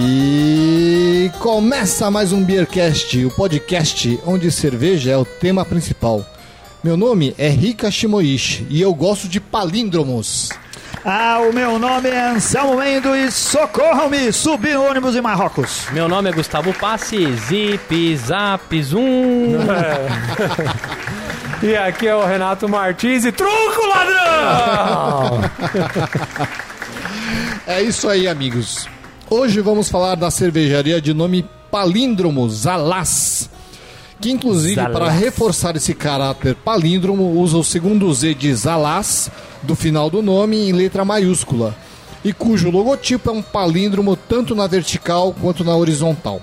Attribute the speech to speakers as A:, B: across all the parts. A: E começa mais um Beercast, o podcast onde cerveja é o tema principal. Meu nome é Rika Shimoishi e eu gosto de palíndromos.
B: Ah, o meu nome é Anselmo Mendo e socorram-me, subi no ônibus em Marrocos.
C: Meu nome é Gustavo Passi, zip, zap, zoom.
D: E aqui é o Renato Martins e truco ladrão!
A: É isso aí, amigos. Hoje vamos falar da cervejaria de nome Palíndromo Zalás, que inclusive
C: Zalás.
A: para reforçar esse caráter palíndromo usa o segundo Z de Zalás do final do nome em letra maiúscula e cujo logotipo é um palíndromo tanto na vertical quanto na horizontal.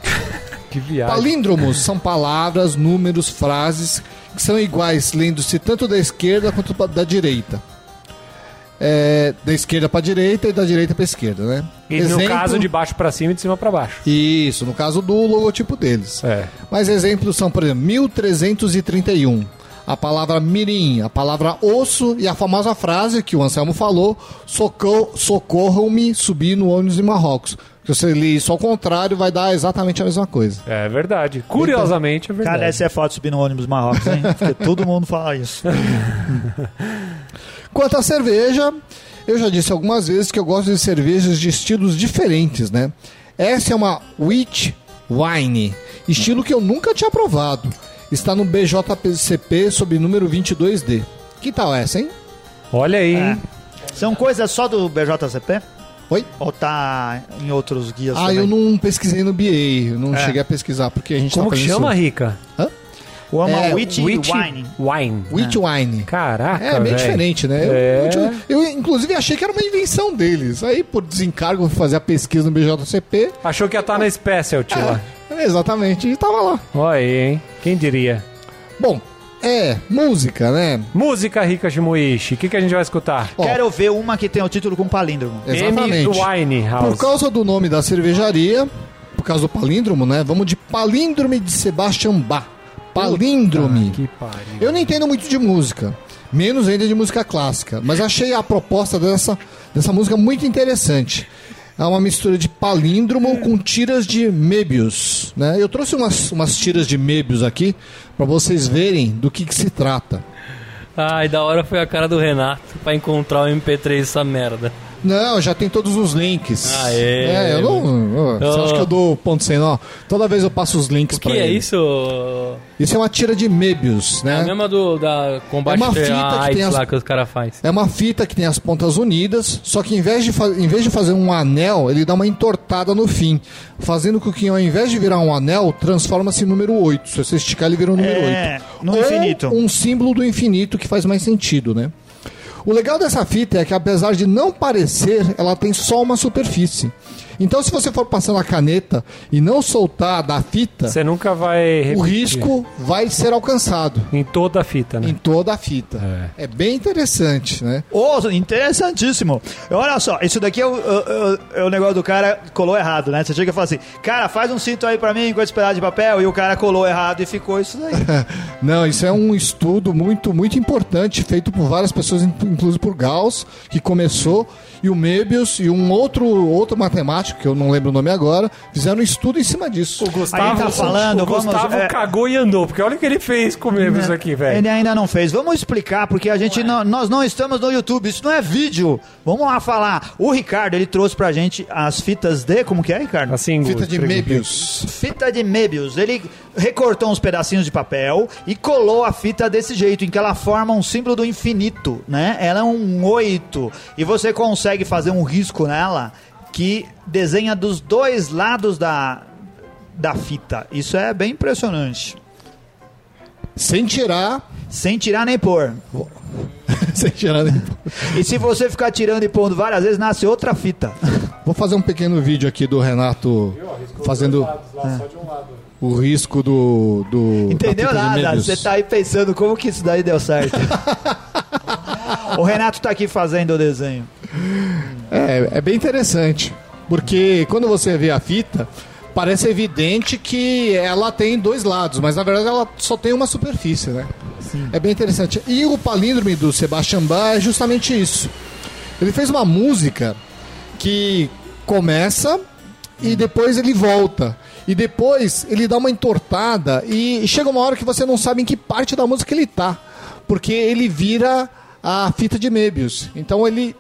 D: Que viagem.
A: Palíndromos são palavras, números, frases que são iguais lendo-se tanto da esquerda quanto pa- da direita. É, da esquerda para direita e da direita para esquerda, né?
D: E no caso, de baixo pra cima e de cima pra baixo.
A: Isso, no caso do logotipo deles.
D: É.
A: Mas exemplos são, por exemplo, 1331. A palavra mirim, a palavra osso e a famosa frase que o Anselmo falou: "Soco- socorram-me subir no ônibus em Marrocos. Se você ler isso ao contrário, vai dar exatamente a mesma coisa.
D: É verdade.
A: Então,
D: Curiosamente, é verdade.
B: Cara, essa é foto subir no ônibus em Marrocos, hein? Porque todo mundo fala isso.
A: Quanto à cerveja, eu já disse algumas vezes que eu gosto de cervejas de estilos diferentes, né? Essa é uma Witch Wine, estilo que eu nunca tinha provado. Está no BJCP sob número 22D. Que tal essa, hein? é
D: Olha aí, hein?
B: São coisas só do BJCP?
A: Oi?
B: Ou tá em outros guias
A: Ah,
B: também?
A: eu não pesquisei no BA, eu não
B: É.
A: cheguei a pesquisar, porque a gente
D: Como
A: tá
D: que
A: fazendo
D: chama,
A: isso.
D: Rica?
B: O ama
A: É,
B: Witch
D: Witch
B: Wine.
D: Wine.
A: Witch Wine.
D: Caraca,
A: É, bem
D: velho.
A: diferente, né? Eu,
D: É.
A: eu, eu, inclusive, achei que era uma invenção deles. Aí, por desencargo, eu fui fazer a pesquisa no BJCP.
D: Achou que ia estar na Specialty lá.
A: É, exatamente, e tava lá.
D: Olha aí, hein? Quem diria?
A: Bom, é música, né?
D: Música Rica Shimoishi. O que, que a gente vai escutar?
A: Ó, É.
B: Quero ver uma que tem o título com palíndromo.
A: exatamente.
D: M. Winehouse.
A: Por causa do nome da cervejaria, por causa do palíndromo, né? Vamos de palíndrome de Sebastian Bach. Palíndrome.
D: Que pariu.
A: Eu não entendo muito de música, menos ainda de música clássica, mas achei a proposta dessa, dessa música muito interessante. É uma mistura de palíndromo com tiras de Möbius, né? Eu trouxe umas, umas tiras de Möbius aqui para vocês verem do que, que se trata.
C: Ai, da hora foi a cara do Renato pra encontrar o MP3 essa merda.
A: Não, já tem todos os links.
C: Ah, é?
A: É, eu não. Você
C: Oh.
A: acha que eu dou ponto sem nó? Toda vez eu passo os links
C: O que
A: pra
C: é
A: ele.
C: isso?
A: Isso é uma tira de Möbius,
C: É a
A: né?
C: mesma do da combate
A: É uma fita
C: à
A: que
C: AIDS
A: tem as-
C: lá que os caras fazem.
A: É uma fita que tem as pontas unidas, só que em vez, de fa- em vez de fazer um anel, ele dá uma entortada no fim, fazendo com que ao invés de virar um anel, transforma-se em número 8. Se você esticar, ele vira um número
B: É,
A: 8.
B: no
A: Ou
B: infinito.
A: um símbolo do infinito que faz mais sentido, né? O legal dessa fita é que apesar de não parecer, ela tem só uma superfície. Então se você for passando a caneta e não soltar da fita,
D: Você nunca vai
A: o
D: repetir
A: risco vai ser alcançado
D: em toda a fita, né?
B: Então,
A: em toda a fita. É, bem interessante, né?
B: Oh, interessantíssimo. Olha só, isso daqui é o, é o- é o negócio do cara colou errado, né? Você chega e fala assim, cara, faz um cinto aí pra mim com esse pedaço de papel, e o cara colou errado e ficou isso daí.
A: Não, isso é um estudo muito, muito importante, feito por várias pessoas, in- inclusive por Gauss, que começou, e o Möbius e um outro, outro matemático, que eu não lembro o nome agora, fizeram um estudo em cima disso.
B: Aí tá falando,
D: o
B: vamos-
D: Gustavo
B: é.
D: cagou e andou, porque olha o que ele fez com o Memphis aqui, velho.
B: Ele ainda não fez. Vamos explicar, porque a gente não, nós não estamos no YouTube, isso não é vídeo. Vamos lá falar. O Ricardo, ele trouxe pra gente as fitas de. Como que é, Ricardo?
D: Assim,
A: Fita de
D: Gusto,
A: Möbius.
B: Fita de Möbius. Ele recortou uns pedacinhos de papel e colou a fita desse jeito, em que ela forma um símbolo do infinito, né? Ela é um oito. E você consegue fazer um risco nela que desenha dos dois lados da, da fita. Isso é bem impressionante.
A: Sem tirar.
B: Sem tirar nem pôr.
A: Sem tirar nem.
B: E se você ficar tirando e pondo várias vezes, nasce outra fita.
A: Vou fazer um pequeno vídeo aqui do Renato fazendo o risco do. do
B: Entendeu
A: da fita de
B: nada?
A: Möbius.
B: Você tá aí pensando como que isso daí deu certo. o Renato tá aqui fazendo o desenho.
A: É, é bem interessante, porque quando você vê a fita, parece evidente que ela tem dois lados, mas na verdade ela só tem uma superfície, né? É bem interessante. E o palíndrome do Sebastian Bach é justamente isso. Ele fez uma música que começa e depois ele volta. E depois ele dá uma entortada e chega uma hora que você não sabe em que parte da música ele tá. Porque ele vira a fita de Mebius. Então ele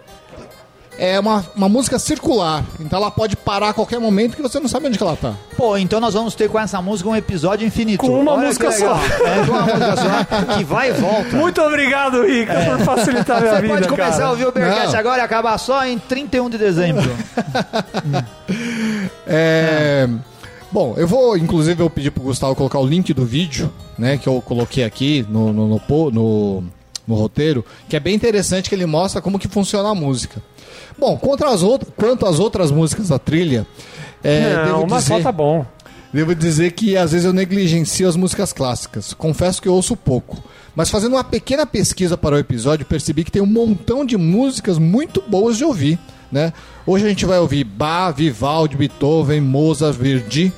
A: é uma, uma música circular. Então ela pode parar a qualquer momento que você não sabe onde que ela tá.
B: Pô, então nós vamos ter com essa música um episódio infinito.
D: Com uma
B: que
D: música
B: legal. É, com uma música só, que vai e volta.
D: Muito obrigado, Rica, por facilitar minha
B: É. Você
D: vida,
B: pode começar
D: cara.
B: a ouvir o Bergcast
A: Não.
B: agora e acabar só em 31 de dezembro.
A: É, Bom, eu vou, inclusive, eu pedi pro Gustavo colocar o link do vídeo, né? Que eu coloquei aqui no, no, no, po- no- no roteiro, que é bem interessante que ele mostra como que funciona a música. Bom, contra as outras, quanto às outras músicas da trilha, é,
B: né?
D: Não,
A: devo,
D: mas só
A: dizer,
D: tá bom.
A: devo dizer que às vezes eu negligencio as músicas clássicas. Confesso que eu ouço pouco. Mas fazendo uma pequena pesquisa para o episódio, percebi que tem um montão de músicas muito boas de ouvir, né? Hoje a gente vai ouvir Bach, Vivaldi, Beethoven, Mozart, Verdi.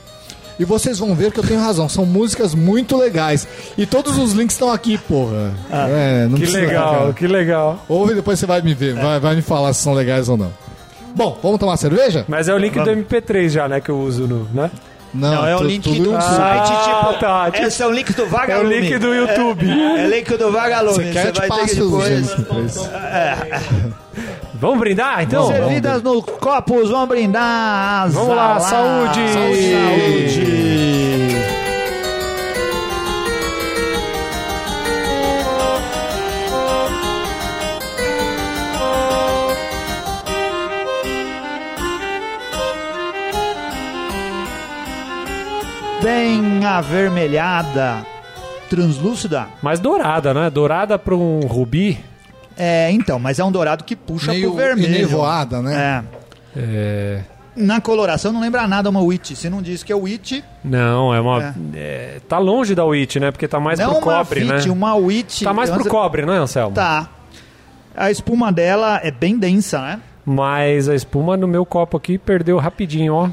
A: E vocês vão ver que eu tenho razão, são músicas muito legais. E todos os links estão aqui, porra. É, não
D: Ah, Que
A: precisa,
D: legal,
A: cara.
D: que legal.
A: Ouve e depois você vai me ver, vai, vai me falar se são legais ou não. Bom, vamos tomar cerveja?
D: Mas é o link do MP3 já, né, que eu uso, no, né?
B: Não, é o
A: tu-
B: link
A: tudo um
B: do
A: isso.
B: site,
D: Ah,
B: tipo,
D: tá, tipo-
B: esse é o link do
D: É o
B: Vagalume.
D: link do YouTube.
B: É link do Vagalume.
A: Você quer, eu te passo os links depois.
D: Vamos brindar, então?
A: Vamos, vamos.
B: Servidas nos copos, vamos brindar. as
D: Vamos lá,
B: alas.
D: saúde!
B: Saúde! Bem avermelhada, translúcida.
D: Mas dourada, né? Dourada pra um rubi.
B: É, então, mas é um dourado que puxa
A: Meio
B: pro vermelho.
A: enevoada, né?
B: É.
D: É...
B: Na coloração não lembra nada uma Witch. Se não diz que é Witch,
D: Não, é uma. é, tá longe da Witch, né? Porque tá mais
B: não
D: pro
B: uma
D: cobre,
B: Fit,
D: né?
B: uma Witch.
D: Tá mais pro
B: Antes-
D: cobre, né, Anselmo?
B: Tá. A espuma dela é bem densa, né?
D: Mas a espuma no meu copo aqui perdeu rapidinho, ó.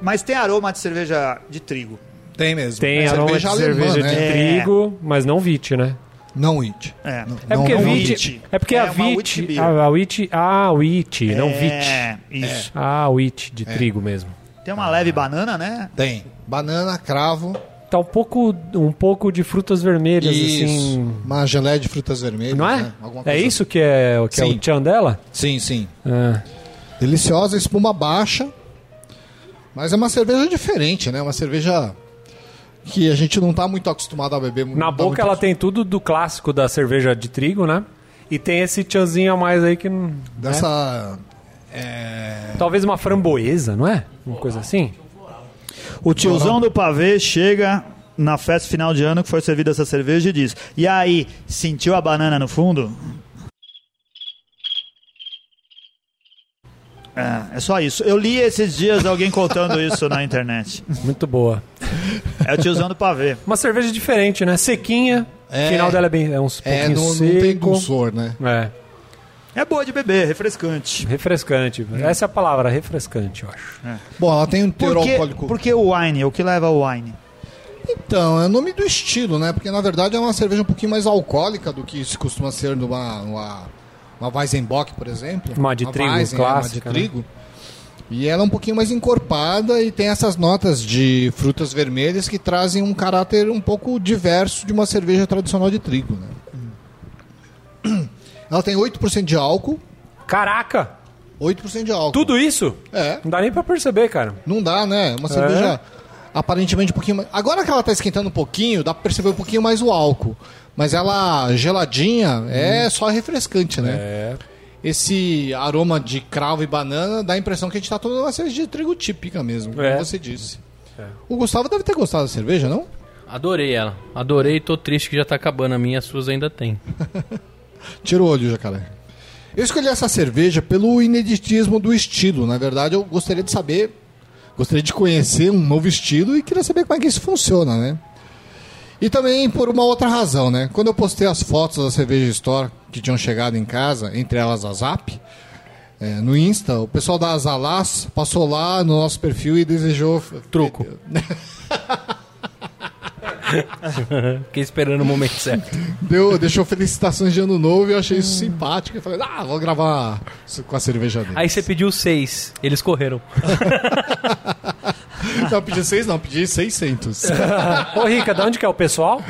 B: Mas tem aroma de cerveja de trigo.
A: Tem mesmo.
D: Tem aroma de cerveja de
B: né?
D: trigo, mas não Vit, né?
A: Não it.
B: É.
D: É porque
A: não
D: Vit.
B: Witch.
D: É porque
B: É
D: a
B: uma Witch
D: Vit.
B: beer.
D: A, a Witch. A Witch, não Vit.
B: É, isso.
D: A Witch de trigo mesmo.
B: Tem uma leve banana, né?
A: Tem. Banana, cravo,
D: Tá um pouco, um pouco de frutas vermelhas,
A: isso.
D: assim.
A: Uma geleia de frutas vermelhas.
D: Não é?
A: né? Alguma
D: É
A: coisa.
D: isso que é, que é o
A: Sim.
D: tchan dela?
A: Sim, sim.
D: Ah.
A: Deliciosa, espuma baixa. Mas é uma cerveja diferente, né? Uma cerveja que a gente não tá muito tá acostumado a beber.
D: Na boca ela tem tudo do clássico da cerveja de trigo, né? E tem esse tchanzinho a mais aí que. não-
A: Dessa... É...
D: Talvez uma framboesa, não é? Uma coisa assim?
B: O tiozão do pavê chega na festa final de ano que foi servida essa cerveja e diz: E aí, sentiu a banana no fundo? É, é só isso. Eu li esses dias alguém contando isso na internet.
D: Muito boa.
B: É o tiozão do pavê.
D: Uma cerveja diferente, né? Sequinha.
A: É.
D: O final dela é bem. É uns
A: É,
D: pouquinho
A: não, não tem
D: seco.
A: dulçor, né?
D: é,
B: É boa de beber, refrescante.
D: refrescante. Essa é a palavra, refrescante, eu acho.
A: Bom, ela tem um teor
B: Por que,
A: alcoólico.
B: por que o wine? O que leva ao wine?
A: Então, é o nome do estilo, né? Porque na verdade é uma cerveja um pouquinho mais alcoólica do que se costuma ser numa, numa uma Weizenbock, por exemplo.
D: Uma de trigo
A: é,
D: clássica, né?
A: uma de trigo. E ela é um pouquinho mais encorpada e tem essas notas de frutas vermelhas que trazem um caráter um pouco diverso de uma cerveja tradicional de trigo, né?
D: Hum.
A: Ela tem 8% de álcool.
D: Caraca!
A: 8% de álcool.
D: Tudo isso?
A: É.
D: Não dá nem pra perceber, cara.
A: Não dá, né? Uma
D: É.
A: cerveja aparentemente um pouquinho mais. Agora que ela tá esquentando um pouquinho, dá pra perceber um pouquinho mais o álcool. Mas ela geladinha é só refrescante, né?
D: Hum. É.
A: Esse aroma de cravo e banana dá a impressão que a gente tá tomando uma cerveja de trigo típica mesmo, como
D: É.
A: você disse. O Gustavo deve ter gostado da cerveja, não?
C: Adorei ela. Adorei e tô triste que já tá acabando a minha, as suas ainda tem.
A: Tira o olho, jacaré. Eu escolhi essa cerveja pelo ineditismo do estilo. Na verdade, eu gostaria de saber, gostaria de conhecer um novo estilo e queria saber como é que isso funciona, né? E também por uma outra razão, né? Quando eu postei as fotos da cerveja Store que tinham chegado em casa, entre elas a Zap, é, no Insta, o pessoal da Azalás passou lá no nosso perfil e desejou
C: Truco. Fiquei esperando o momento certo.
A: Deu, deixou felicitações de ano novo e eu achei isso simpático. Eu falei, ah, vou gravar com a cerveja dele.
C: Aí você pediu seis, eles correram.
A: Não, Então, pedi 6 não, pedi 600.
D: Ô, Rica, de onde que é o pessoal?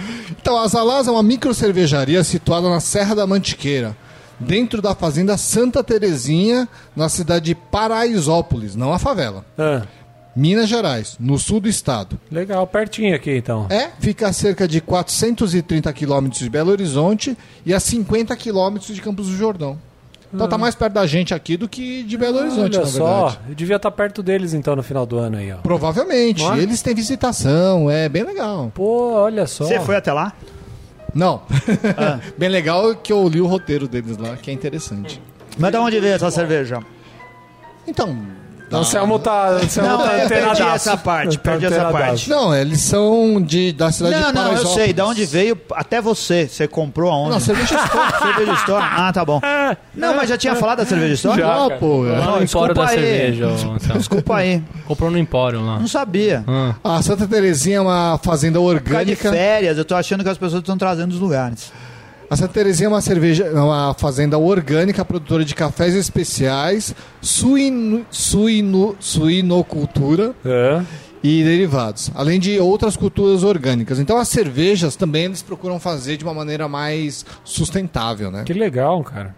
A: Então, a Zalaz é uma micro cervejaria situada na Serra da Mantiqueira, dentro da fazenda Santa Terezinha, na cidade de Paraisópolis, não a favela.
D: Ah,
A: Minas Gerais, no sul do estado.
D: legal, pertinho aqui então.
A: É, fica a cerca de 430 quilômetros de Belo Horizonte e a 50 quilômetros de Campos do Jordão. Então tá mais perto da gente aqui do que de Belo Horizonte,
D: Ah. Olha
A: na
D: só,
A: verdade.
D: eu devia estar perto deles então no final do ano aí, ó.
A: Provavelmente.
D: Olha.
A: Eles têm visitação, é bem legal.
D: Pô, olha só.
B: Você foi até lá?
A: Não.
B: Ah.
A: bem legal que eu li o roteiro deles lá, que é interessante.
B: Mas da onde veio essa cerveja?
A: Então.
D: Não, Anselmo tá. Anselmo
B: Não,
D: tá
B: eu perdi
D: antenadaço.
B: essa parte,
D: Tá
B: perdi essa
D: antenadaço.
B: parte.
A: Não, é, eles são de, da cidade de
B: Não, não, eu
A: Paraisópolis.
B: sei. Da onde veio, até você. Você comprou aonde?
A: Não, cerveja
B: store. cerveja store. Ah, tá bom. Não, mas já tinha falado da cerveja store?
D: Já.
A: Não,
D: cara.
A: pô. é.
B: Não,
C: Tá Lá no
B: desculpa
C: Empório da
B: aí.
C: Cerveja, ô, Anselmo.
B: Desculpa aí.
C: Comprou no Empório lá.
B: Não sabia.
C: Ah.
A: A Santa Terezinha é uma fazenda
B: Ficar de
A: orgânica.
B: férias, eu tô achando que as pessoas estão trazendo dos lugares.
A: A Santa Terezinha é uma cerveja, é uma fazenda orgânica, produtora de cafés especiais, suino, suino, suinocultura
D: Hã?
A: e derivados, além de outras culturas orgânicas. Então as cervejas também eles procuram fazer de uma maneira mais sustentável, né?
D: Que legal, cara.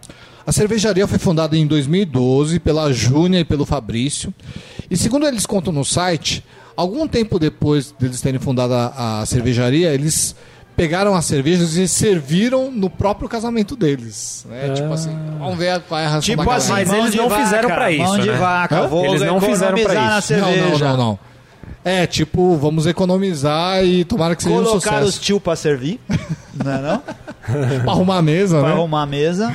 A: A cervejaria foi fundada em 2012 pela Júnia e pelo Fabrício. E segundo eles contam no site, algum tempo depois deles terem fundado a, a cervejaria, eles pegaram as cervejas e serviram no próprio casamento deles. né? Tipo assim, vamos ver qual é a ração da
B: Ah. Tipo
A: galera.
B: assim,
D: Mas
B: mão
D: eles
B: de
D: não
B: vaca,
D: fizeram
B: Mão
D: pra isso,
B: de
D: né?
B: vaca,
A: Hã?
B: vou
D: Eles não fizeram pra
B: economizar na
D: isso.
A: Não,
B: cerveja.
A: não, não, não. É, tipo, vamos economizar e tomara que seja um
B: Colocar os
A: sucesso. Tá
B: tio pra servir, não é não?
A: Pra arrumar a mesa,
B: Pra
A: né?
B: arrumar a mesa.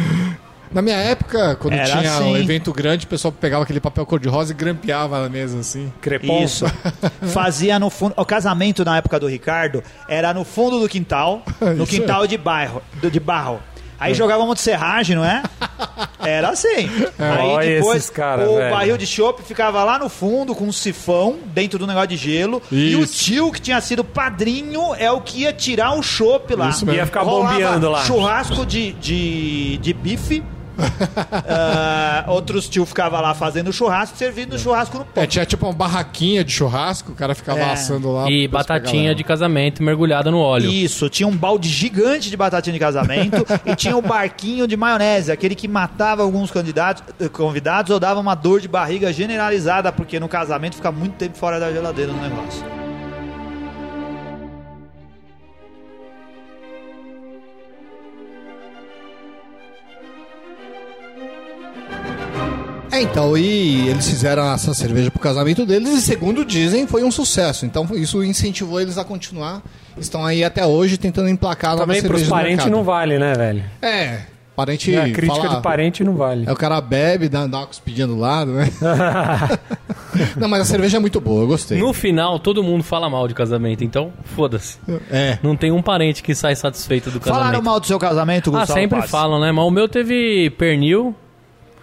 A: Na minha época, quando
B: Era
A: tinha um
B: assim.
A: evento grande, o pessoal pegava aquele papel cor-de-rosa e grampeava na mesa, assim.
D: Crepom.
B: Isso. Fazia no fundo. O casamento na época do Ricardo era no fundo do quintal, no
A: Isso
B: quintal de bairro, do- de barro. Aí jogava um monte de serragem, não é? Era assim.
A: É.
D: Olha
B: Aí depois
D: esses caras,
B: o
D: velho.
B: barril de chopp ficava lá no fundo com um sifão dentro do negócio de gelo. E o
A: Isso.
B: tio que tinha sido padrinho é o que ia tirar o chopp lá.
A: Isso mesmo.
D: Ia ficar
B: Rolava
D: bombeando lá.
B: Churrasco de, de, de bife. Ah, outros tio ficava lá fazendo churrasco, servindo churrasco no pão.
A: É, tinha tipo uma barraquinha de churrasco, o cara ficava
B: É.
A: assando lá.
C: E
A: pra- pra
C: batatinha
A: galera.
C: de casamento mergulhada no óleo.
B: Isso, tinha um balde gigante de batatinha de casamento e tinha o barquinho de maionese, aquele que matava alguns candidatos, eh, convidados ou dava uma dor de barriga generalizada, porque no casamento fica muito tempo fora da geladeira no negócio.
A: É, então, e eles fizeram essa cerveja pro casamento deles e, segundo dizem, foi um sucesso. Então, isso incentivou eles a continuar. Estão aí até hoje tentando emplacar novas
D: Também pros
A: cervejas no
D: parentes
A: mercado.
D: não vale, né, velho?
A: É, parente...
D: a crítica
A: fala-
D: do parente não vale.
A: É, o cara bebe, dá, dá uma cuspidinha do lado, né? não, mas a cerveja é muito boa, eu gostei.
C: No final, todo mundo fala mal de casamento, então foda-se.
A: É.
C: Não tem um parente que sai satisfeito do casamento.
B: Falaram mal do seu casamento,
C: ah,
B: Gustavo
C: sempre
B: Paz?
C: falam, né? Mas o meu teve pernil,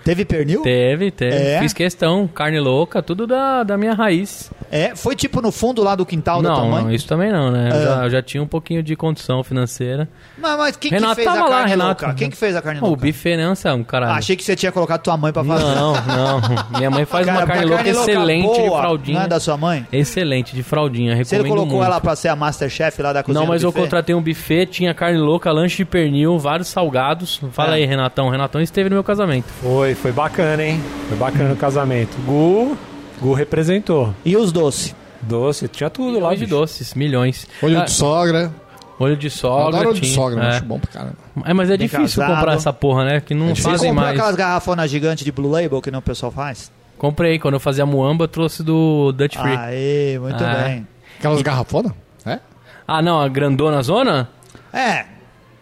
B: Teve pernil?
C: teve, teve.
B: É?
C: Fiz questão, carne louca, tudo da, da minha raiz.
B: É, foi tipo no fundo lá do quintal da tua
C: não,
B: mãe?
C: não, isso também não, né? Eu,
B: É.
C: já, eu já tinha um pouquinho de condição financeira.
B: Mas, mas quem
C: Renato
B: que fez
C: tava
B: a
C: lá,
B: carne
C: Renato.
B: louca? Quem que fez a carne
C: Pô, o
B: louca?
C: buffet, né, Anselmo? Caralho.
B: É, Achei que você tinha colocado tua mãe pra fazer.
C: Não, não. Minha mãe faz
B: Cara,
C: uma carne louca excelente de
B: boa,
C: fraldinha.
B: Não é da sua mãe?
C: Excelente, de fraldinha. Recomendo
B: Você colocou
C: muito.
B: ela pra ser a Masterchef lá da cozinha
C: Não,
B: do
C: mas eu
B: buffet?
C: contratei um buffet, tinha carne louca, lanche de pernil, vários salgados. Fala
B: É.
C: aí, Renatão. Renatão esteve no meu casamento.
D: Foi, foi bacana, hein? Foi bacana o casamento. Gu, Gu representou.
B: E os doces?
D: Doce, tinha tudo lá.
C: Milhões de
D: bicho.
C: doces, milhões.
A: Olho
C: Ah,
A: de sogra.
C: olho de
A: Eu
C: sogra.
A: adoro olho de
C: tinha,
A: sogra,
C: é.
A: acho bom pra caramba.
C: É, mas é
B: Bem
C: difícil
B: casado.
C: comprar essa porra, né? Que não
A: É difícil.
B: Você
C: fazem
B: comprou
C: mais.
B: aquelas garrafonas gigantes de Blue Label que não o pessoal faz?
C: Comprei, quando eu fazia muamba, eu trouxe do Dutch Free. Ah,
B: Aê, muito
C: Ah.
B: bem.
A: Aquelas garrafonas? É?
C: não, a grandona zona?
B: É.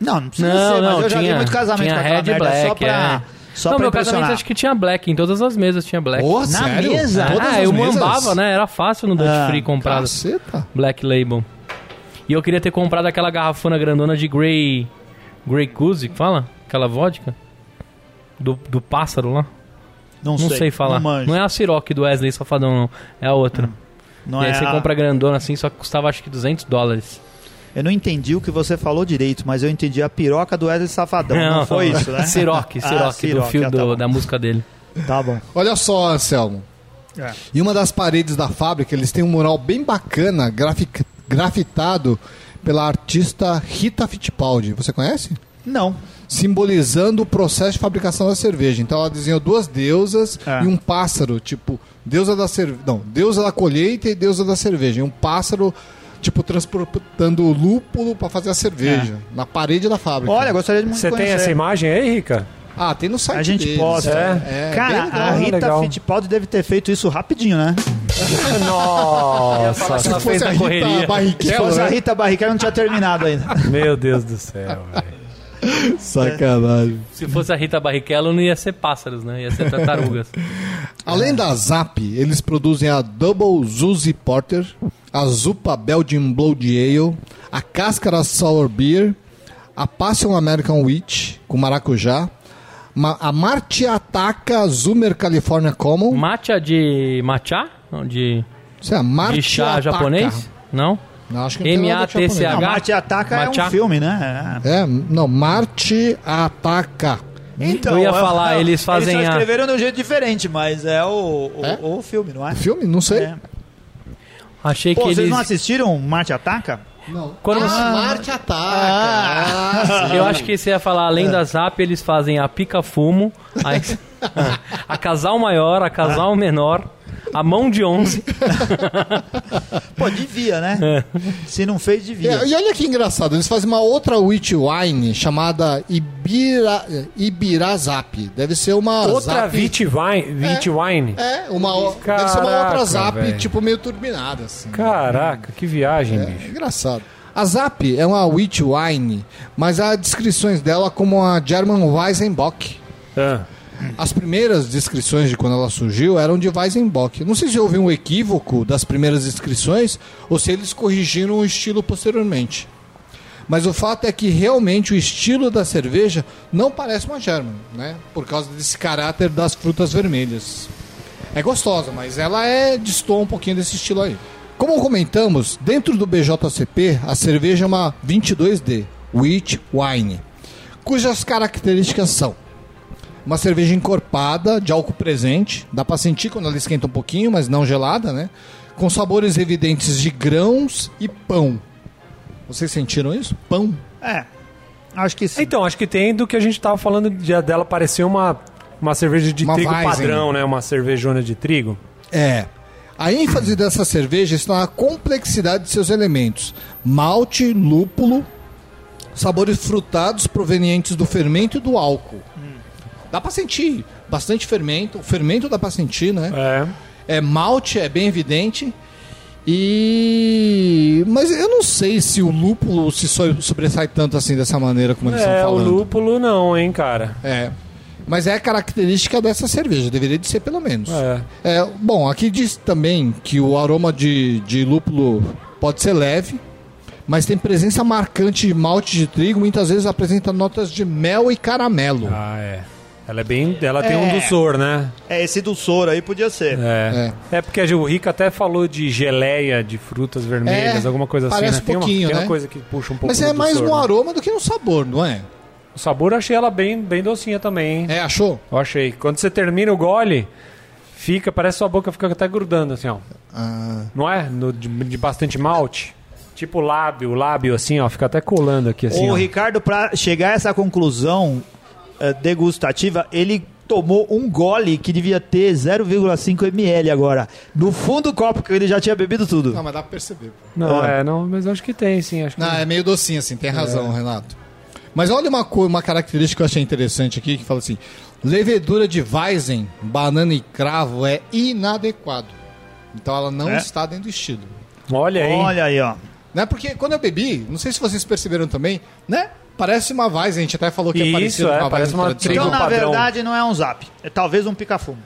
B: Não, não precisa
C: Não,
B: ser, mas
C: não,
B: eu já vi
C: tinha-
B: muito casamento
C: tinha
B: com aquela
C: Red
B: merda
C: Black, é.
B: só pra, só
C: não,
B: pra
C: meu casamento
B: impressionar.
C: acho que tinha black, em todas as mesas tinha black.
A: Porra,
B: Na
A: sério?
B: mesa?
A: Todas
C: ah,
A: as
C: eu
A: mesas?
C: muambava, né? Era fácil no Dutch
B: Ah,
C: Free comprar
A: Caceta.
C: Black Label. E eu queria ter comprado aquela garrafona grandona de Grey. Grey Goose, que fala? Aquela vodka? Do, do pássaro lá?
B: Não,
C: Não sei, falar.
B: Não,
C: Não,
B: manjo.
C: é a Ciroc do Wesley Safadão, não. É a outra.
B: Não
C: e aí
B: é
C: você
B: a-
C: compra grandona assim, só que custava acho que 200 dólares.
B: Eu não entendi o que você falou direito, mas eu entendi a piroca do Wesley Safadão. Então, Não, foi isso, né?
C: Ciroc, Ciroc,
B: Ah,
C: do fio
B: ah,
C: do-
B: tá bom.
C: da música dele.
B: Tá bom.
A: Olha só, Anselmo.
B: É.
A: E uma das paredes da fábrica, eles têm um mural bem bacana, grafic- grafitado pela artista Rita Fittipaldi. Você conhece?
B: Não.
A: Simbolizando o processo de fabricação da cerveja. Então ela desenhou duas deusas
B: É.
A: e um pássaro, tipo, deusa da cerveja. Não, deusa da colheita e deusa da cerveja. E um pássaro, tipo, transportando o lúpulo para fazer a cerveja. Na parede da fábrica.
B: É. Olha, gostaria de muito
D: Você tem
B: conhecer.
D: essa imagem aí, Rica?
A: Ah, tem no site
B: A gente
A: deles.
B: posta.
A: É, é,
B: Cara,
A: bem legal.
B: a Rita
D: Ah, legal.
B: Fittipaldi deve ter feito isso rapidinho, né?
D: Nossa, tá
A: Se fosse
C: fez
A: a
C: a
A: Rita
C: correria. É,
B: Se
A: Barrichello,
B: fosse Tipo, a
A: né?
B: Rita Barrichello, não tinha terminado ainda.
D: meu Deus do céu, velho.
A: Sacanagem.
C: Se fosse a Rita Barrichello, não ia ser pássaros, né? Ia ser tartarugas.
A: Além da Zap, eles produzem a Double Zuzi Porter, a Zupa Belgian Blood Ale, a Cáscara Sour Beer, a Passion American Witch com maracujá, ma- a Marte Ataca Zumer California
B: Um
A: Common.
C: Matcha de matcha? Não, de,
A: Isso é
C: de
A: Marte
C: chá
A: Ataca.
C: japonês? Não?
A: Não, acho que não tem nada de
C: M-A-T-C-H.
B: Não,
A: japonês.
B: Marte Ataca é um
C: Matcha.
B: filme, né? É.
A: É, não, Marte Ataca.
B: Então,
C: Eu ia
B: é-
C: falar, eles fazem
B: Eles só
C: a-
B: escreveram de um jeito diferente, mas é o, o,
A: É?
B: o filme, não é?
A: Filme? Não sei.
B: É.
C: Achei
B: Pô,
C: que
B: vocês
C: eles.
B: não assistiram Marte Ataca?
A: Não.
C: Quando-
A: Ah, Marte Ataca. Ah,
C: Eu acho que você ia falar, além
B: É.
C: da Zap, eles fazem a Pica Fumo, a, a Casal Maior, a Casal Menor, a Mão de Onze.
B: Pô, devia, né? Se não fez, devia.
A: É, e olha que engraçado, eles fazem uma outra witch wine chamada Ibira, Ibirazap. Deve ser uma
D: Outra
A: zap-
D: Vitwine. Vitwine.
A: É, uma o-
D: Caraca,
A: deve ser uma outra zap,
D: velho.
A: tipo meio turbinada assim.
D: Caraca, que viagem,
A: É
D: bicho.
A: engraçado. A Zap é uma witch wine, mas há descrições dela como a German Weizenbock.
D: Ah,
A: As primeiras descrições de quando ela surgiu eram de Weizenbock. Não sei se houve um equívoco das primeiras descrições ou se eles corrigiram o estilo posteriormente. Mas o fato é que realmente o estilo da cerveja não parece uma German, né? Por causa desse caráter das frutas vermelhas. É gostosa, mas ela é destoa um pouquinho desse estilo aí. Como comentamos, dentro do BJCP, a cerveja é uma 22D, Wheat Wine, cujas características são uma cerveja encorpada, de álcool presente, dá pra sentir quando ela esquenta um pouquinho, mas não gelada, né? Com sabores evidentes de grãos e pão. Vocês sentiram isso? Pão.
B: É. Acho que sim.
D: Então, acho que tem do que a gente tava falando de- dela parecer uma, uma cerveja de
A: Uma
D: trigo
A: Weizen.
D: padrão, né? Uma cervejona de trigo.
A: É. A ênfase dessa cerveja está na complexidade de seus elementos: malte, lúpulo, sabores frutados provenientes do fermento e do álcool. Dá pra sentir bastante fermento. O fermento dá pra sentir, né?
D: É.
A: É malte, é bem evidente. E. Mas eu não sei se o lúpulo se so- sobressai tanto assim dessa maneira como eles estão
D: É, o
A: falando.
D: lúpulo não, hein, cara.
A: É. Mas é a característica dessa cerveja, deveria de ser pelo menos.
D: É.
A: É, bom, aqui diz também que o aroma de, de lúpulo pode ser leve, mas tem presença marcante de malte de trigo, muitas vezes apresenta notas de mel e caramelo.
D: Ah, é. Ela é bem. Ela tem
B: É.
D: um doçor, né?
B: É, esse do soro aí podia ser.
D: É. é. porque o Rica até falou de geleia de frutas vermelhas,
A: É,
D: alguma coisa assim,
A: parece
D: né?
A: um
D: Tem uma-
A: pouquinho,
D: tem uma
A: né?
D: coisa que puxa um pouco
A: mas
D: do
A: é mais
D: doçor,
A: no
D: né?
A: aroma do que no sabor, não é?
D: O sabor eu achei ela bem, bem docinha também, hein?
A: É, achou?
D: Eu achei. Quando você termina o gole, fica, parece sua boca fica até grudando, assim, ó.
A: Ah.
D: Não é? No- de, de bastante malte. Tipo o lábio, o lábio assim, ó, fica até colando aqui, assim,
B: o
D: ó.
B: Ricardo, pra chegar a essa conclusão eh, degustativa, ele tomou um gole que devia ter 0,5 ml agora. No fundo do copo, que ele já tinha bebido tudo.
A: Não, mas dá pra perceber.
D: Não,
B: É.
D: é, não, mas eu acho que tem, sim. Acho que
A: Não, é meio docinho assim, tem razão, Renato. Mas olha uma, co- uma característica que eu achei interessante aqui, que fala assim, levedura de Weizen, banana e cravo é inadequado. Então ela não
B: É?
A: está dentro do estilo.
D: Olha aí.
B: Olha aí, ó.
A: Né? Porque quando eu bebi, não sei se vocês perceberam também, né? Parece uma Weizen, a gente até falou que é
D: Isso,
A: parecido
D: é,
A: com uma
D: parece
A: Weizen
D: uma
A: tradicional.
B: Então,
D: Trigo
B: na
D: padrão.
B: verdade, não é um zap. É talvez um pica-fumo.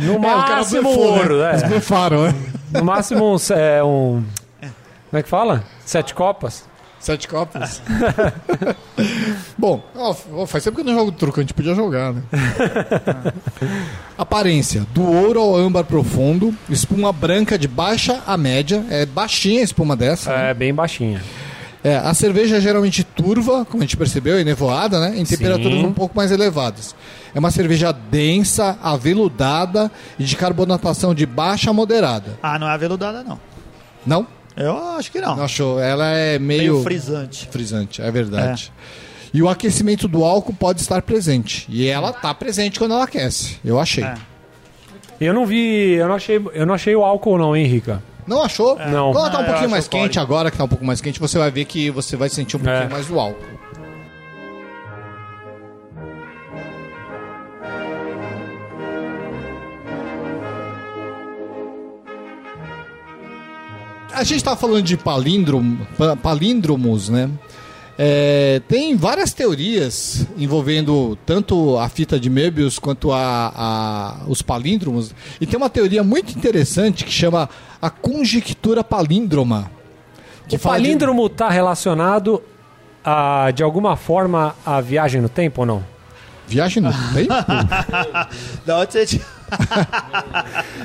D: No
A: É, o cara
D: máximo
A: blefou, né?
D: ouro,
A: Eles
D: é.
A: blefaram, né?
D: No máximo um, é, um. Como é que fala? Sete copas?
A: Sete copos. Bom, ó, f- ó, faz tempo que eu não jogo truco, a gente podia jogar, né? Aparência: do ouro ao âmbar profundo, espuma branca de baixa a média, é baixinha a espuma dessa. né?
D: É, bem baixinha.
A: É, a cerveja é geralmente turva, como a gente percebeu, e nevoada, né? Em temperaturas
D: Sim.
A: um pouco mais elevadas. É uma cerveja densa, aveludada e de carbonatação de baixa a moderada.
B: Ah, não é aveludada, não.
A: Não?
B: Eu acho que não.
A: Não Achou? Ela é
B: Meio
A: meio
B: frisante.
A: frisante, é verdade. E o aquecimento do álcool pode estar presente. E ela tá presente quando ela aquece, eu achei.
B: É.
D: Eu não vi, eu não achei, eu não achei o álcool não, hein, Rica?
A: Não achou?
D: Não.
A: Quando ela tá
B: Ah,
A: um
B: eu
A: pouquinho
B: acho
A: mais
B: o
A: quente,
B: código.
A: agora que tá um pouco mais quente, você vai ver que você vai sentir um pouquinho
D: É.
A: mais do álcool. A gente tá falando de palíndromo, pa- palíndromos, né? É, tem várias teorias envolvendo tanto a fita de Möbius quanto a, a- os palíndromos. E tem uma teoria muito interessante que chama a conjectura palíndroma. que
D: o
A: fala de-
D: palíndromo está relacionado a, de alguma forma à viagem no tempo ou não?
A: Viagem no tempo?
B: Da onde você tira?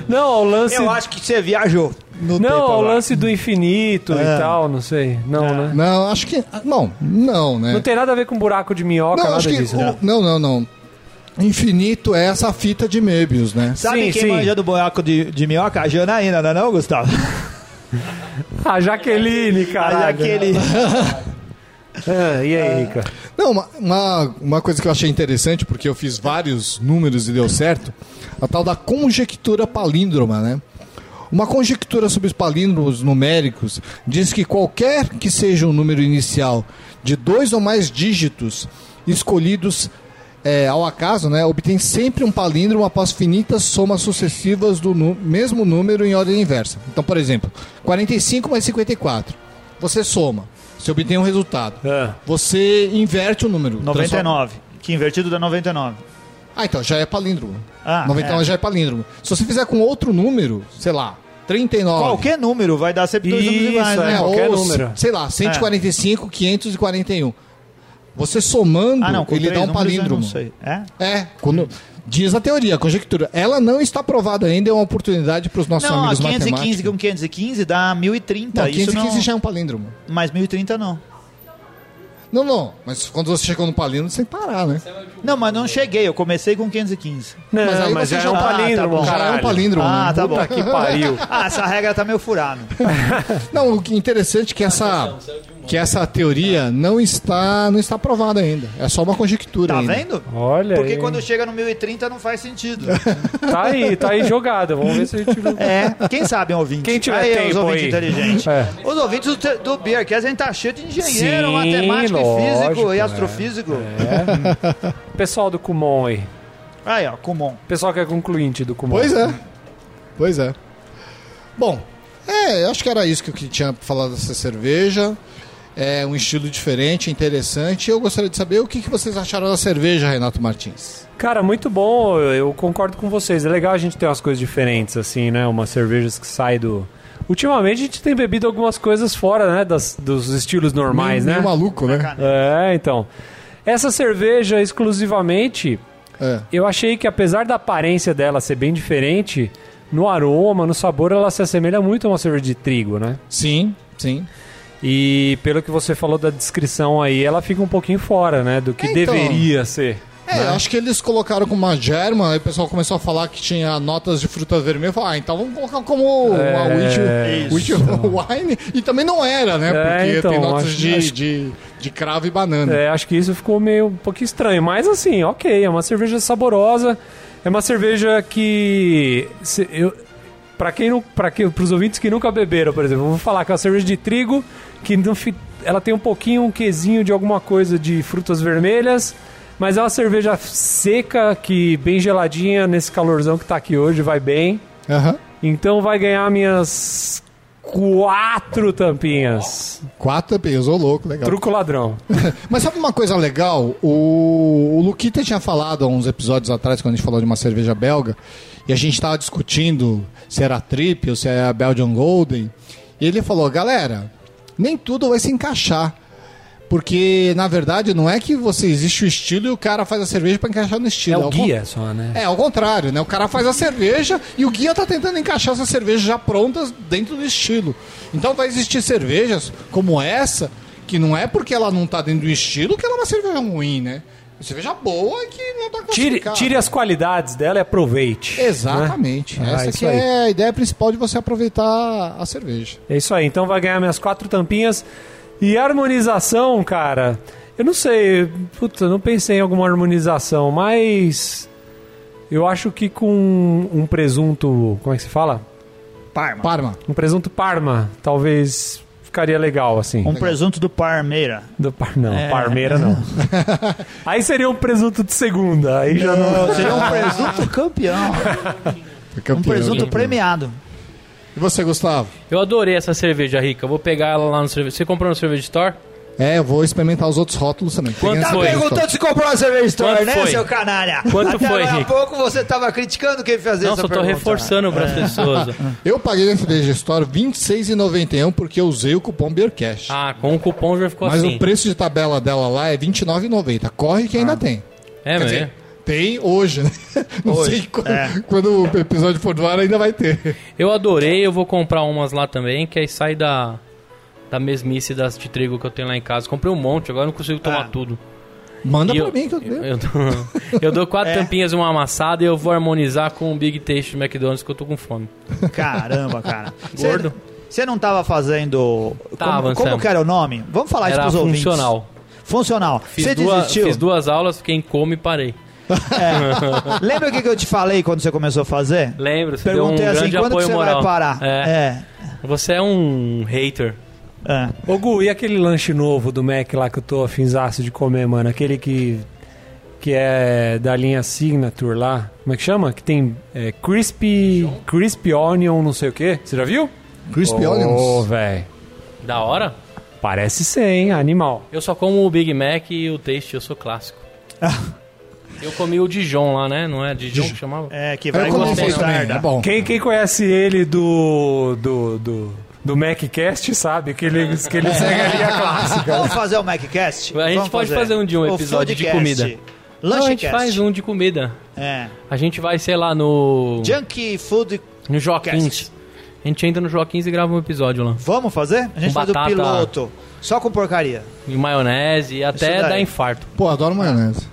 D: Não, ao lance
B: Eu acho que você viajou no
D: Não,
B: tempo
D: ao
B: agora.
D: lance do infinito
B: É.
D: e tal, não sei. Não, né?
A: não, acho que. Não, não, né?
D: Não tem nada a ver com buraco de minhoca,
A: não,
D: nada
A: acho que.
D: disso.
A: o-
D: né?
A: não, não, não. Infinito é essa fita de Möbius, né?
B: Sabe
D: Sim,
B: quem
D: sim.
B: manja do buraco de, de minhoca? A Janaína, não é não, Gustavo?
D: A Jaqueline,
B: Olha
D: cara.
B: aquele...
D: É, e
A: É.
D: aí, Rica?
A: Não, uma, uma, uma coisa que eu achei interessante, porque eu fiz vários números e deu certo, a tal da conjectura palíndroma, né? Uma conjectura sobre os palíndromos numéricos diz que qualquer que seja o número inicial de dois ou mais dígitos escolhidos é, ao acaso, né, obtém sempre um palíndromo após finitas somas sucessivas do nu- mesmo número em ordem inversa. Então, por exemplo, 45 mais 54. Você soma, você obtém um resultado.
B: É.
D: Ah,
A: Você inverte o número.
B: 99. Que invertido dá 99.
A: Transforma- Ah, então já é palíndromo.
B: Ah,
A: 99
B: é.
A: já é palíndromo. Se você fizer com outro número, sei lá, 39.
B: Qualquer número vai dar sempre dois números
D: Isso,
B: iguais,
D: é.
B: né?
D: qualquer
A: ou,
D: número.
A: Sei
B: É.
A: lá, 145, 541. Você somando,
B: Ah, não, com
A: ele dá
B: três
A: um
B: números eu
A: palíndromo.
B: Não sei. É?
A: É, quando- diz a teoria, a conjectura. Ela não está provada ainda, é uma oportunidade para os nossos
B: Não, a
A: amigos
B: 515
A: matemáticos.
B: com 515 dá 1030.
A: Não,
B: isso
A: 515
B: não...
A: já é um palíndromo.
B: Mas 1030 não.
A: Não, não, mas quando você chegou no palíndromo, você tem que parar, né?
B: Não, mas não cheguei. Eu comecei com 515.
D: Não,
A: Mas
D: mas,
A: aí você
D: já é
A: já
D: um
A: tá-
D: palíndromo,
A: já é um
D: caralho.
A: palíndromo.
B: Ah,
A: né?
B: tá bom.
D: Puta que pariu.
B: Ah, essa regra tá meio furada.
A: Não, o que é interessante é que essa, que essa teoria não está, não está provada ainda. É só uma conjectura
B: Tá
A: ainda.
B: vendo?
D: Olha
B: Porque
D: aí.
B: quando chega no 1030 não faz sentido.
D: Tá aí, tá aí jogada. Vamos ver se a gente...
B: É, quem sabe um ouvinte.
D: Quem tiver
B: aí, os
D: tempo
B: ouvintes
D: aí.
B: inteligentes.
D: É.
B: Os ouvintes do, te- do Beercast, a gente tá cheio de engenheiro,
D: Sim,
B: matemático e físico
D: lógico,
B: e
C: né?
D: é.
B: astrofísico.
C: É.
D: Pessoal do Kumon aí.
B: Aí, ó, Kumon.
D: Pessoal que é concluinte do Kumon.
A: Pois é. Pois é. Bom, é, eu acho que era isso que eu que tinha pra falar dessa cerveja. É um estilo diferente, interessante. Eu gostaria de saber o que, que vocês acharam da cerveja, Renato Martins.
D: Cara, muito bom, eu- eu concordo com vocês. É legal a gente ter umas coisas diferentes, assim, né? Umas cervejas que saem do. Ultimamente a gente tem bebido algumas coisas fora, né? das- dos estilos normais,
A: meio,
D: né?
A: meio maluco, né?
D: É, então. Essa cerveja exclusivamente,
A: É.
D: eu achei que apesar da aparência dela ser bem diferente, no aroma, no sabor, ela se assemelha muito a uma cerveja de trigo, né?
A: Sim, sim.
D: E pelo que você falou da descrição aí, ela fica um pouquinho fora, né? Do que
A: Então.
D: deveria ser.
A: É, eu acho que eles colocaram como uma germa, aí o pessoal começou a falar que tinha notas de fruta vermelha. Eu falei, ah, então vamos colocar como uma
D: É,
A: wheat, wheat wine. E também não era, né?
D: É,
A: Porque
D: então,
A: tem notas
D: acho-
A: de,
D: acho-
A: de, de cravo e banana.
D: É, acho que isso ficou meio um pouquinho estranho, mas assim, ok, é uma cerveja saborosa, é uma cerveja que se- eu para quem não, para quem, pros ouvintes que nunca beberam, por exemplo, eu vou falar que é uma cerveja de trigo que não fi- ela tem um pouquinho um quesinho de alguma coisa de frutas vermelhas, mas é uma cerveja seca que bem geladinha nesse calorzão que tá aqui hoje, vai bem.
A: Aham.
D: Então vai ganhar minhas quatro tampinhas.
A: Quatro tampinhas, ô louco, legal.
D: Truco ladrão.
A: Mas sabe uma coisa legal? O, o Luquita tinha falado há uns episódios atrás, quando a gente falou de uma cerveja belga, e a gente estava discutindo se era a Trip ou se era a Belgian Golden, e ele falou, galera, nem tudo vai se encaixar. Porque, na verdade, não é que você existe o estilo e o cara faz a cerveja para encaixar no estilo.
D: É o
A: ao con-
D: guia só, né?
A: É, ao contrário, né? O cara faz a cerveja e o guia tá tentando encaixar essas cervejas já prontas dentro do estilo. Então vai existir cervejas como essa Que não é porque ela não tá dentro do estilo que ela é uma cerveja ruim, né? É cerveja boa e que não tá
D: Tire,
A: classificada.
D: tire as qualidades dela e aproveite.
A: Exatamente.
D: né? Ah,
A: Essa
D: isso
A: que
D: aí.
A: é a ideia principal de você aproveitar a cerveja.
D: É isso aí, então vai ganhar minhas quatro tampinhas. E harmonização, cara, eu não sei, puta, não pensei em alguma harmonização, mas eu acho que com um presunto, como é que se fala?
B: Parma.
A: Parma.
D: Um presunto parma, talvez ficaria legal, assim.
B: Um presunto do Parmeira.
D: Do par... Não, parmeira não. aí seria um presunto de segunda, aí já não...
B: Seria um presunto campeão.
A: É
B: Um presunto premiado.
A: E você, Gustavo?
C: Eu adorei essa cerveja, Rica. Eu vou pegar ela lá no cerveja. Você comprou no cerveja store?
A: É, eu vou experimentar os outros rótulos também.
C: Quanto
A: Peguei
B: Tá
A: essa
C: foi?
A: pergunta.
B: perguntando se comprou uma cerveja store,
C: Quanto
B: né,
C: foi?
B: seu canalha?
C: Quanto
B: Até
C: foi,
B: agora há
C: Rick?
B: pouco você tava criticando quem fazia
C: Não,
B: essa
C: só tô
B: pergunta.
C: reforçando para
B: É.
C: as pessoas.
A: Eu paguei nessa cerveja store R$ 26,91 porque eu usei o cupom Beercast.
C: Ah, com o cupom já ficou
A: Mas
C: assim.
A: o preço de tabela dela lá é R$ 29,90. Corre que ainda tem.
C: É
A: Quer
C: mesmo.
A: dizer, tem hoje, né? Não
B: Hoje,
A: sei quando,
B: é.
A: quando o episódio for do ar ainda vai ter.
C: Eu adorei, eu vou comprar umas lá também, que aí sai da, da mesmice das de trigo que eu tenho lá em casa. Comprei um monte, agora eu não consigo tomar
B: Ah.
C: tudo.
A: Manda
C: E
A: pra mim que eu
C: eu, eu dou, eu dou quatro
B: É.
C: tampinhas e uma amassada e eu vou harmonizar com o Big Taste do McDonald's que eu tô com fome.
B: Caramba, cara. Cê-
C: Gordo.
B: Você não tava fazendo...
C: Tava,
B: como, como
C: Anselmo.
B: que era o nome? Vamos falar isso
C: Era
B: pros ouvintes.
C: funcional.
B: Funcional.
C: Fiz
B: Você
C: duas,
B: desistiu?
C: fiz duas aulas, fiquei em coma e parei.
B: Lembra o que, que eu te falei quando você começou a fazer?
C: Lembro, você
B: Perguntei
C: deu um
B: assim,
C: grande
B: quando que
C: apoio
B: você
C: moral.
B: vai parar?
C: É. Você é um hater.
B: é. é.
D: Ô Gu, e aquele lanche novo do Mac lá que eu tô afinsaço de comer, mano? Aquele que, que é da linha Signature lá. Como é que chama? Que tem é, crispy, crispy Onion não sei o quê. Você já viu?
A: Crispy
D: Ô,
A: Onions.
D: velho.
C: Da hora?
D: Parece ser, hein? Animal.
C: Eu só como o Big Mac e o Taste, eu sou clássico. eu comi o Dijon lá, né? Não é Dijon que chamava?
B: É, que
A: Eu
B: vai com
A: como vocês também,
B: mostarda.
A: é bom.
D: Quem, quem conhece ele do... do, do... Do MacCast, sabe? Que ele, que ele segue a linha clássica.
B: Ah, Vamos fazer o MacCast?
C: A gente
B: Vamos
C: pode fazer um dia um
B: O
C: episódio de
B: Foodcast.
C: comida. Não, a gente
B: Lunchcast.
C: faz um de comida.
B: É.
C: A gente vai, sei lá, no.
B: Junk Food...
C: No Joaquins.
B: Cast.
C: A gente entra no Joaquins e grava um episódio lá.
B: Vamos fazer? A gente
C: Com
B: faz o
C: batata.
B: piloto. Só com porcaria.
C: E maionese e até
B: daí.
C: dá infarto.
A: Pô, adoro maionese.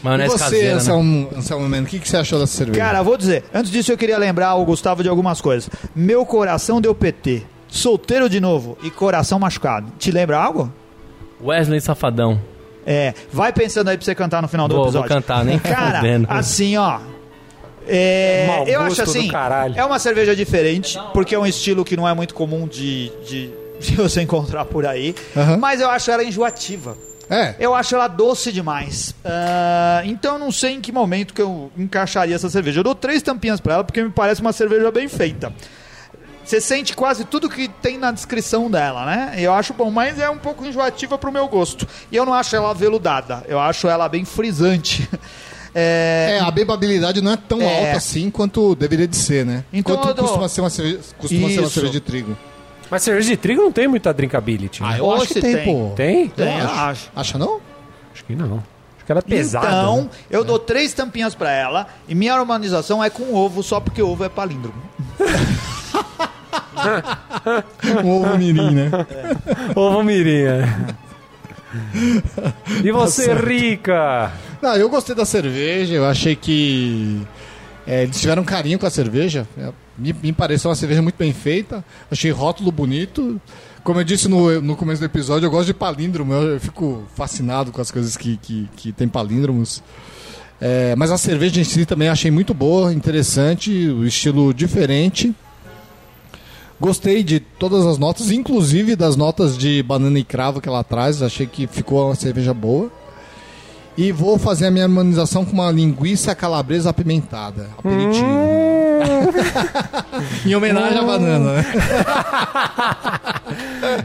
A: E
C: Maionese
A: você,
C: caseira. né?
A: Anselmo, Anselmo Mano, o que, que você achou dessa cerveja?
B: Cara, vou dizer, antes disso eu queria lembrar o Gustavo de algumas coisas. Meu coração deu PT. Solteiro de novo e coração machucado. Te lembra algo?
C: Wesley Safadão.
B: É, vai pensando aí pra você cantar no final do
C: Vou- vou
B: episódio.
C: cantar, nem
B: Cara,
C: fudendo.
B: assim, ó. É,
D: Mau
B: eu
D: gosto
B: acho
D: do
B: assim,
D: caralho.
B: é uma cerveja diferente, porque é um estilo que não é muito comum de, de, de você encontrar por aí.
A: Aham.
B: Mas eu acho ela enjoativa.
A: É,
B: Eu acho ela doce demais. Ah, então não sei em que momento que eu encaixaria essa cerveja. Eu dou três tampinhas pra ela porque me parece uma cerveja bem feita. Você sente quase tudo que tem na descrição dela, né? Eu acho bom, mas é um pouco enjoativa pro meu gosto. E eu não acho ela aveludada. Eu acho ela bem frisante. É,
A: é, a bebabilidade não é tão
B: É.
A: alta assim quanto deveria de ser, né?
B: Então,
A: quanto
B: eu dou-
A: costuma, ser uma cerveja, costuma ser uma
B: Isso.
A: cerveja de trigo.
D: Mas cerveja de trigo não tem muita drinkability. né?
B: eu acho que tem.
A: pô.
D: Tem?
A: Eu
B: Tem, É, eu
A: acho.
B: acho.
A: Acha não?
D: Acho que não. Acho que ela é pesada.
B: Então,
D: né?
B: eu dou três tampinhas pra ela e minha harmonização é com ovo, só porque ovo é palíndromo.
A: Um ovo mirim, né?
D: Ovo mirinha. E você, rica?
A: Não, eu gostei da cerveja, eu achei que é, eles tiveram um carinho com a cerveja. É, Me, me pareceu uma cerveja muito bem feita, achei rótulo bonito. Como eu disse no, no começo do episódio, eu gosto de palíndromo, eu, eu fico fascinado com as coisas que, que, que tem palíndromos. É, mas a cerveja em si também achei muito boa, interessante, o estilo diferente. Gostei de todas as notas, inclusive das notas de banana e cravo que ela traz, achei que ficou uma cerveja boa. E vou fazer a minha harmonização com uma linguiça calabresa apimentada. Aperitivo.
D: Hum.
A: em homenagem à banana, né?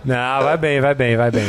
D: Não, vai bem, vai bem, vai bem.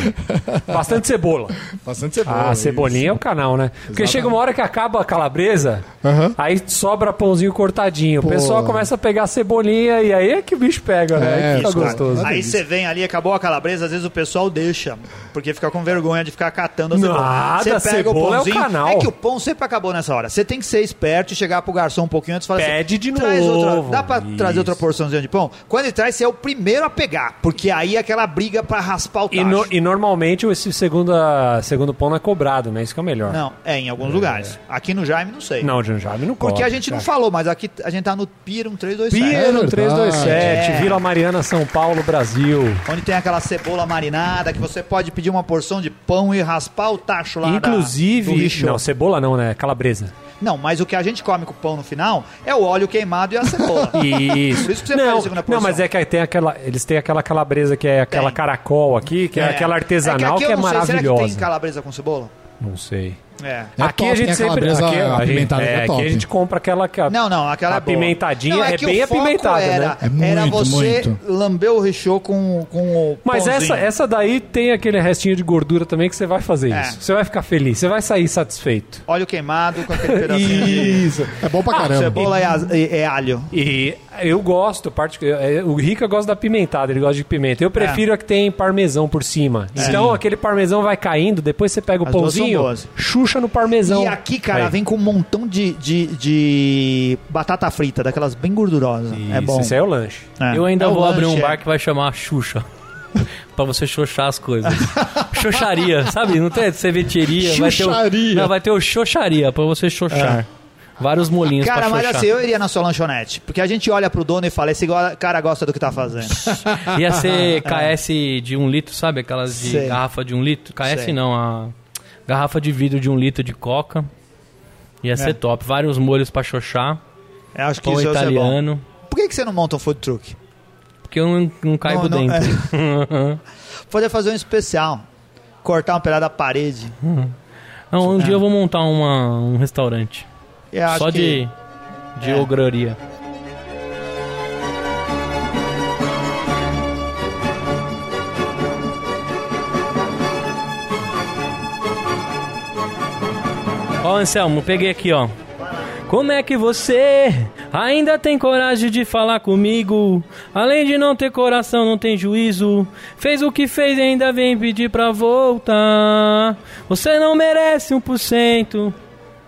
D: Bastante cebola.
A: Bastante cebola.
D: Ah, cebolinha é o canal, né? Porque chega uma hora que acaba a calabresa,
A: Aham.
D: aí sobra pãozinho cortadinho. O pessoal começa a pegar a cebolinha e aí é que o bicho pega, né?
A: É,
D: Aí fica
A: isso, cara.
D: gostoso.
A: Nada
B: Aí
A: disso.
B: você vem ali, acabou a calabresa, às vezes o pessoal deixa, porque fica com vergonha de ficar catando a
D: Nada,
B: cebola.
D: cebola é o canal.
B: É que o pão sempre acabou nessa hora. Você tem que ser esperto e chegar pro garçom um pouquinho antes e falar
D: Pede
B: assim,
D: de
B: "Traz outra-
D: novo."
B: dá pra
D: Isso.
B: trazer outra porçãozinha de pão? Quando ele traz, você é o primeiro a pegar, porque aí aquela briga pra raspar o tacho.
D: E, no- e normalmente esse segunda, segundo pão não é cobrado, né? Isso que é o melhor.
B: Não, é em alguns lugares. Aqui no Jaime, não sei.
D: Não, tá. o Janjab não cobra.
B: Porque a gente não
D: cara.
B: falou, mas aqui a gente tá no Pier 1327.
A: Pier.
D: Pinheiro
A: É
D: 327,
B: verdade.
D: Vila Mariana, São Paulo, Brasil.
B: Onde tem aquela cebola marinada que você pode pedir uma porção de pão e raspar o tacho lá da- do
D: Inclusive,
B: lixo.
D: não, cebola não, né? Calabresa.
B: Não, mas o que a gente come com o pão no final é o óleo queimado e a cebola.
D: Isso.
B: Por isso que você
D: não,
B: faz a segunda porção.
D: Não, mas é que aí tem aquela, eles têm aquela calabresa que é aquela
B: Tem.
D: caracol aqui, que é, aquela artesanal
B: aqui
D: que,
B: eu
D: é
B: não sei, Será que tem
D: maravilhosa.
B: calabresa com cebola?
D: Não sei.
B: É.
A: É
D: aqui
A: top,
D: a gente
A: tem a
D: sempre
A: calabresa
D: aqui, a gente,
A: apimentada que é
D: é,
A: top.
D: aqui a gente compra aquela que
B: Não, não, aquela é boa.
D: Apimentadinha
B: Não,
D: é
B: que
D: bem
B: o foco
D: apimentada,
B: era,
D: né?
A: É
B: era
A: muito,
B: você
A: muito.
B: lamber o rechô com, com o
D: Mas
B: pãozinho.
D: essa, essa daí tem aquele restinho de gordura também que você vai fazer
B: É.
D: isso. Você vai ficar feliz, você vai sair satisfeito.
B: Óleo queimado com aquele pedacinho de...
D: Isso.
A: É bom pra caramba.
B: Cebola é, az- é- é alho.
D: E eu gosto, particu- é, o Rica gosta da pimentada, ele gosta de
B: É.
D: pimenta. Eu prefiro a que tem parmesão por cima. Então aquele parmesão vai caindo, depois você pega o
B: As duas são
D: pãozinho,
B: boas.
D: chucha no parmesão.
B: E aqui, cara,
D: Então, Aí.
B: vem com um montão de, de, de batata frita, daquelas bem gordurosas. é
D: Isso,
B: bom.
D: Esse aí é o lanche.
B: É.
C: Eu ainda
B: É o
C: vou abrir um
B: lanche,
C: bar
B: é.
C: que vai chamar a Xuxa. pra você xoxar as coisas. Xoxaria, sabe? Não tem sorveteria. Vai ter o,
A: Xuxaria.
C: não, vai ter o xoxaria pra você xoxar. Vários molinhos
B: Cara,
C: pra
B: mas
C: xoxar.
B: assim, eu iria na sua lanchonete. Porque a gente olha pro dono e fala, esse go- cara gosta do que tá fazendo.
C: Ia ser KS de um litro, sabe? Aquelas de
B: Sei.
C: garrafa de um litro. KS
B: Sei.
C: não, a garrafa de vidro de um litro de coca. Ia ser top. Vários molhos pra xoxar.
B: Eu acho É. que
C: Pão
B: isso ia ser bom.
C: italiano.
B: Por que, que você não monta um food truck?
C: Porque eu não, não caibo
B: Não, é. não,
C: dentro.
B: Poder fazer um especial. Cortar um pedaço da parede.
C: Não,
B: É.
C: um dia eu vou montar uma, um restaurante.
B: Eu acho
C: Só
B: que-
C: de, de
B: É.
C: ograria. Ó, Anselmo, peguei aqui, ó. Como é que você ainda tem coragem de falar comigo? Além de não ter coração, não tem juízo. Fez o que fez e ainda vem pedir pra voltar. Você não merece 1%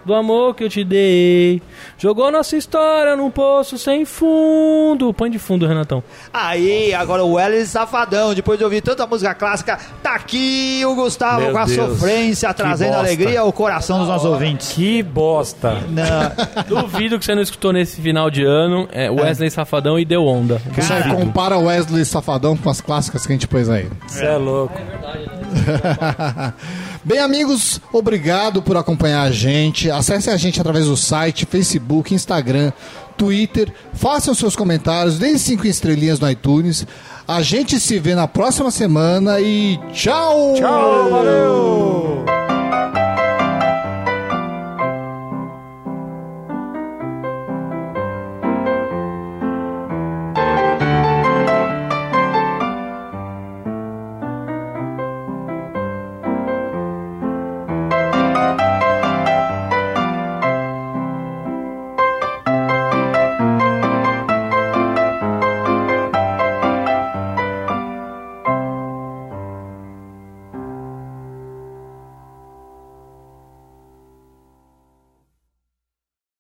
C: do amor que eu te dei. Jogou nossa história num poço sem fundo. Põe de fundo, Renatão.
B: Aí, agora o Weller Safadão, depois de ouvir tanta música clássica, tá aqui o Gustavo
D: Meu
B: com a
D: Deus,
B: sofrência,
D: que
B: trazendo
D: bosta.
B: alegria ao coração dos nossos ouvintes.
D: Que bosta.
B: Não,
C: Duvido que você não escutou nesse final de ano é, Wesley Safadão e Deu Onda.
A: Você
B: cara.
A: compara Wesley Safadão com as clássicas que a gente pôs aí.
D: Você é louco.
A: Bem, amigos, obrigado por acompanhar a gente. Acesse a gente através do site, Facebook, Instagram, Twitter. Façam seus comentários, deem cinco estrelinhas no iTunes. A gente se vê na próxima semana e tchau!
D: Tchau, valeu!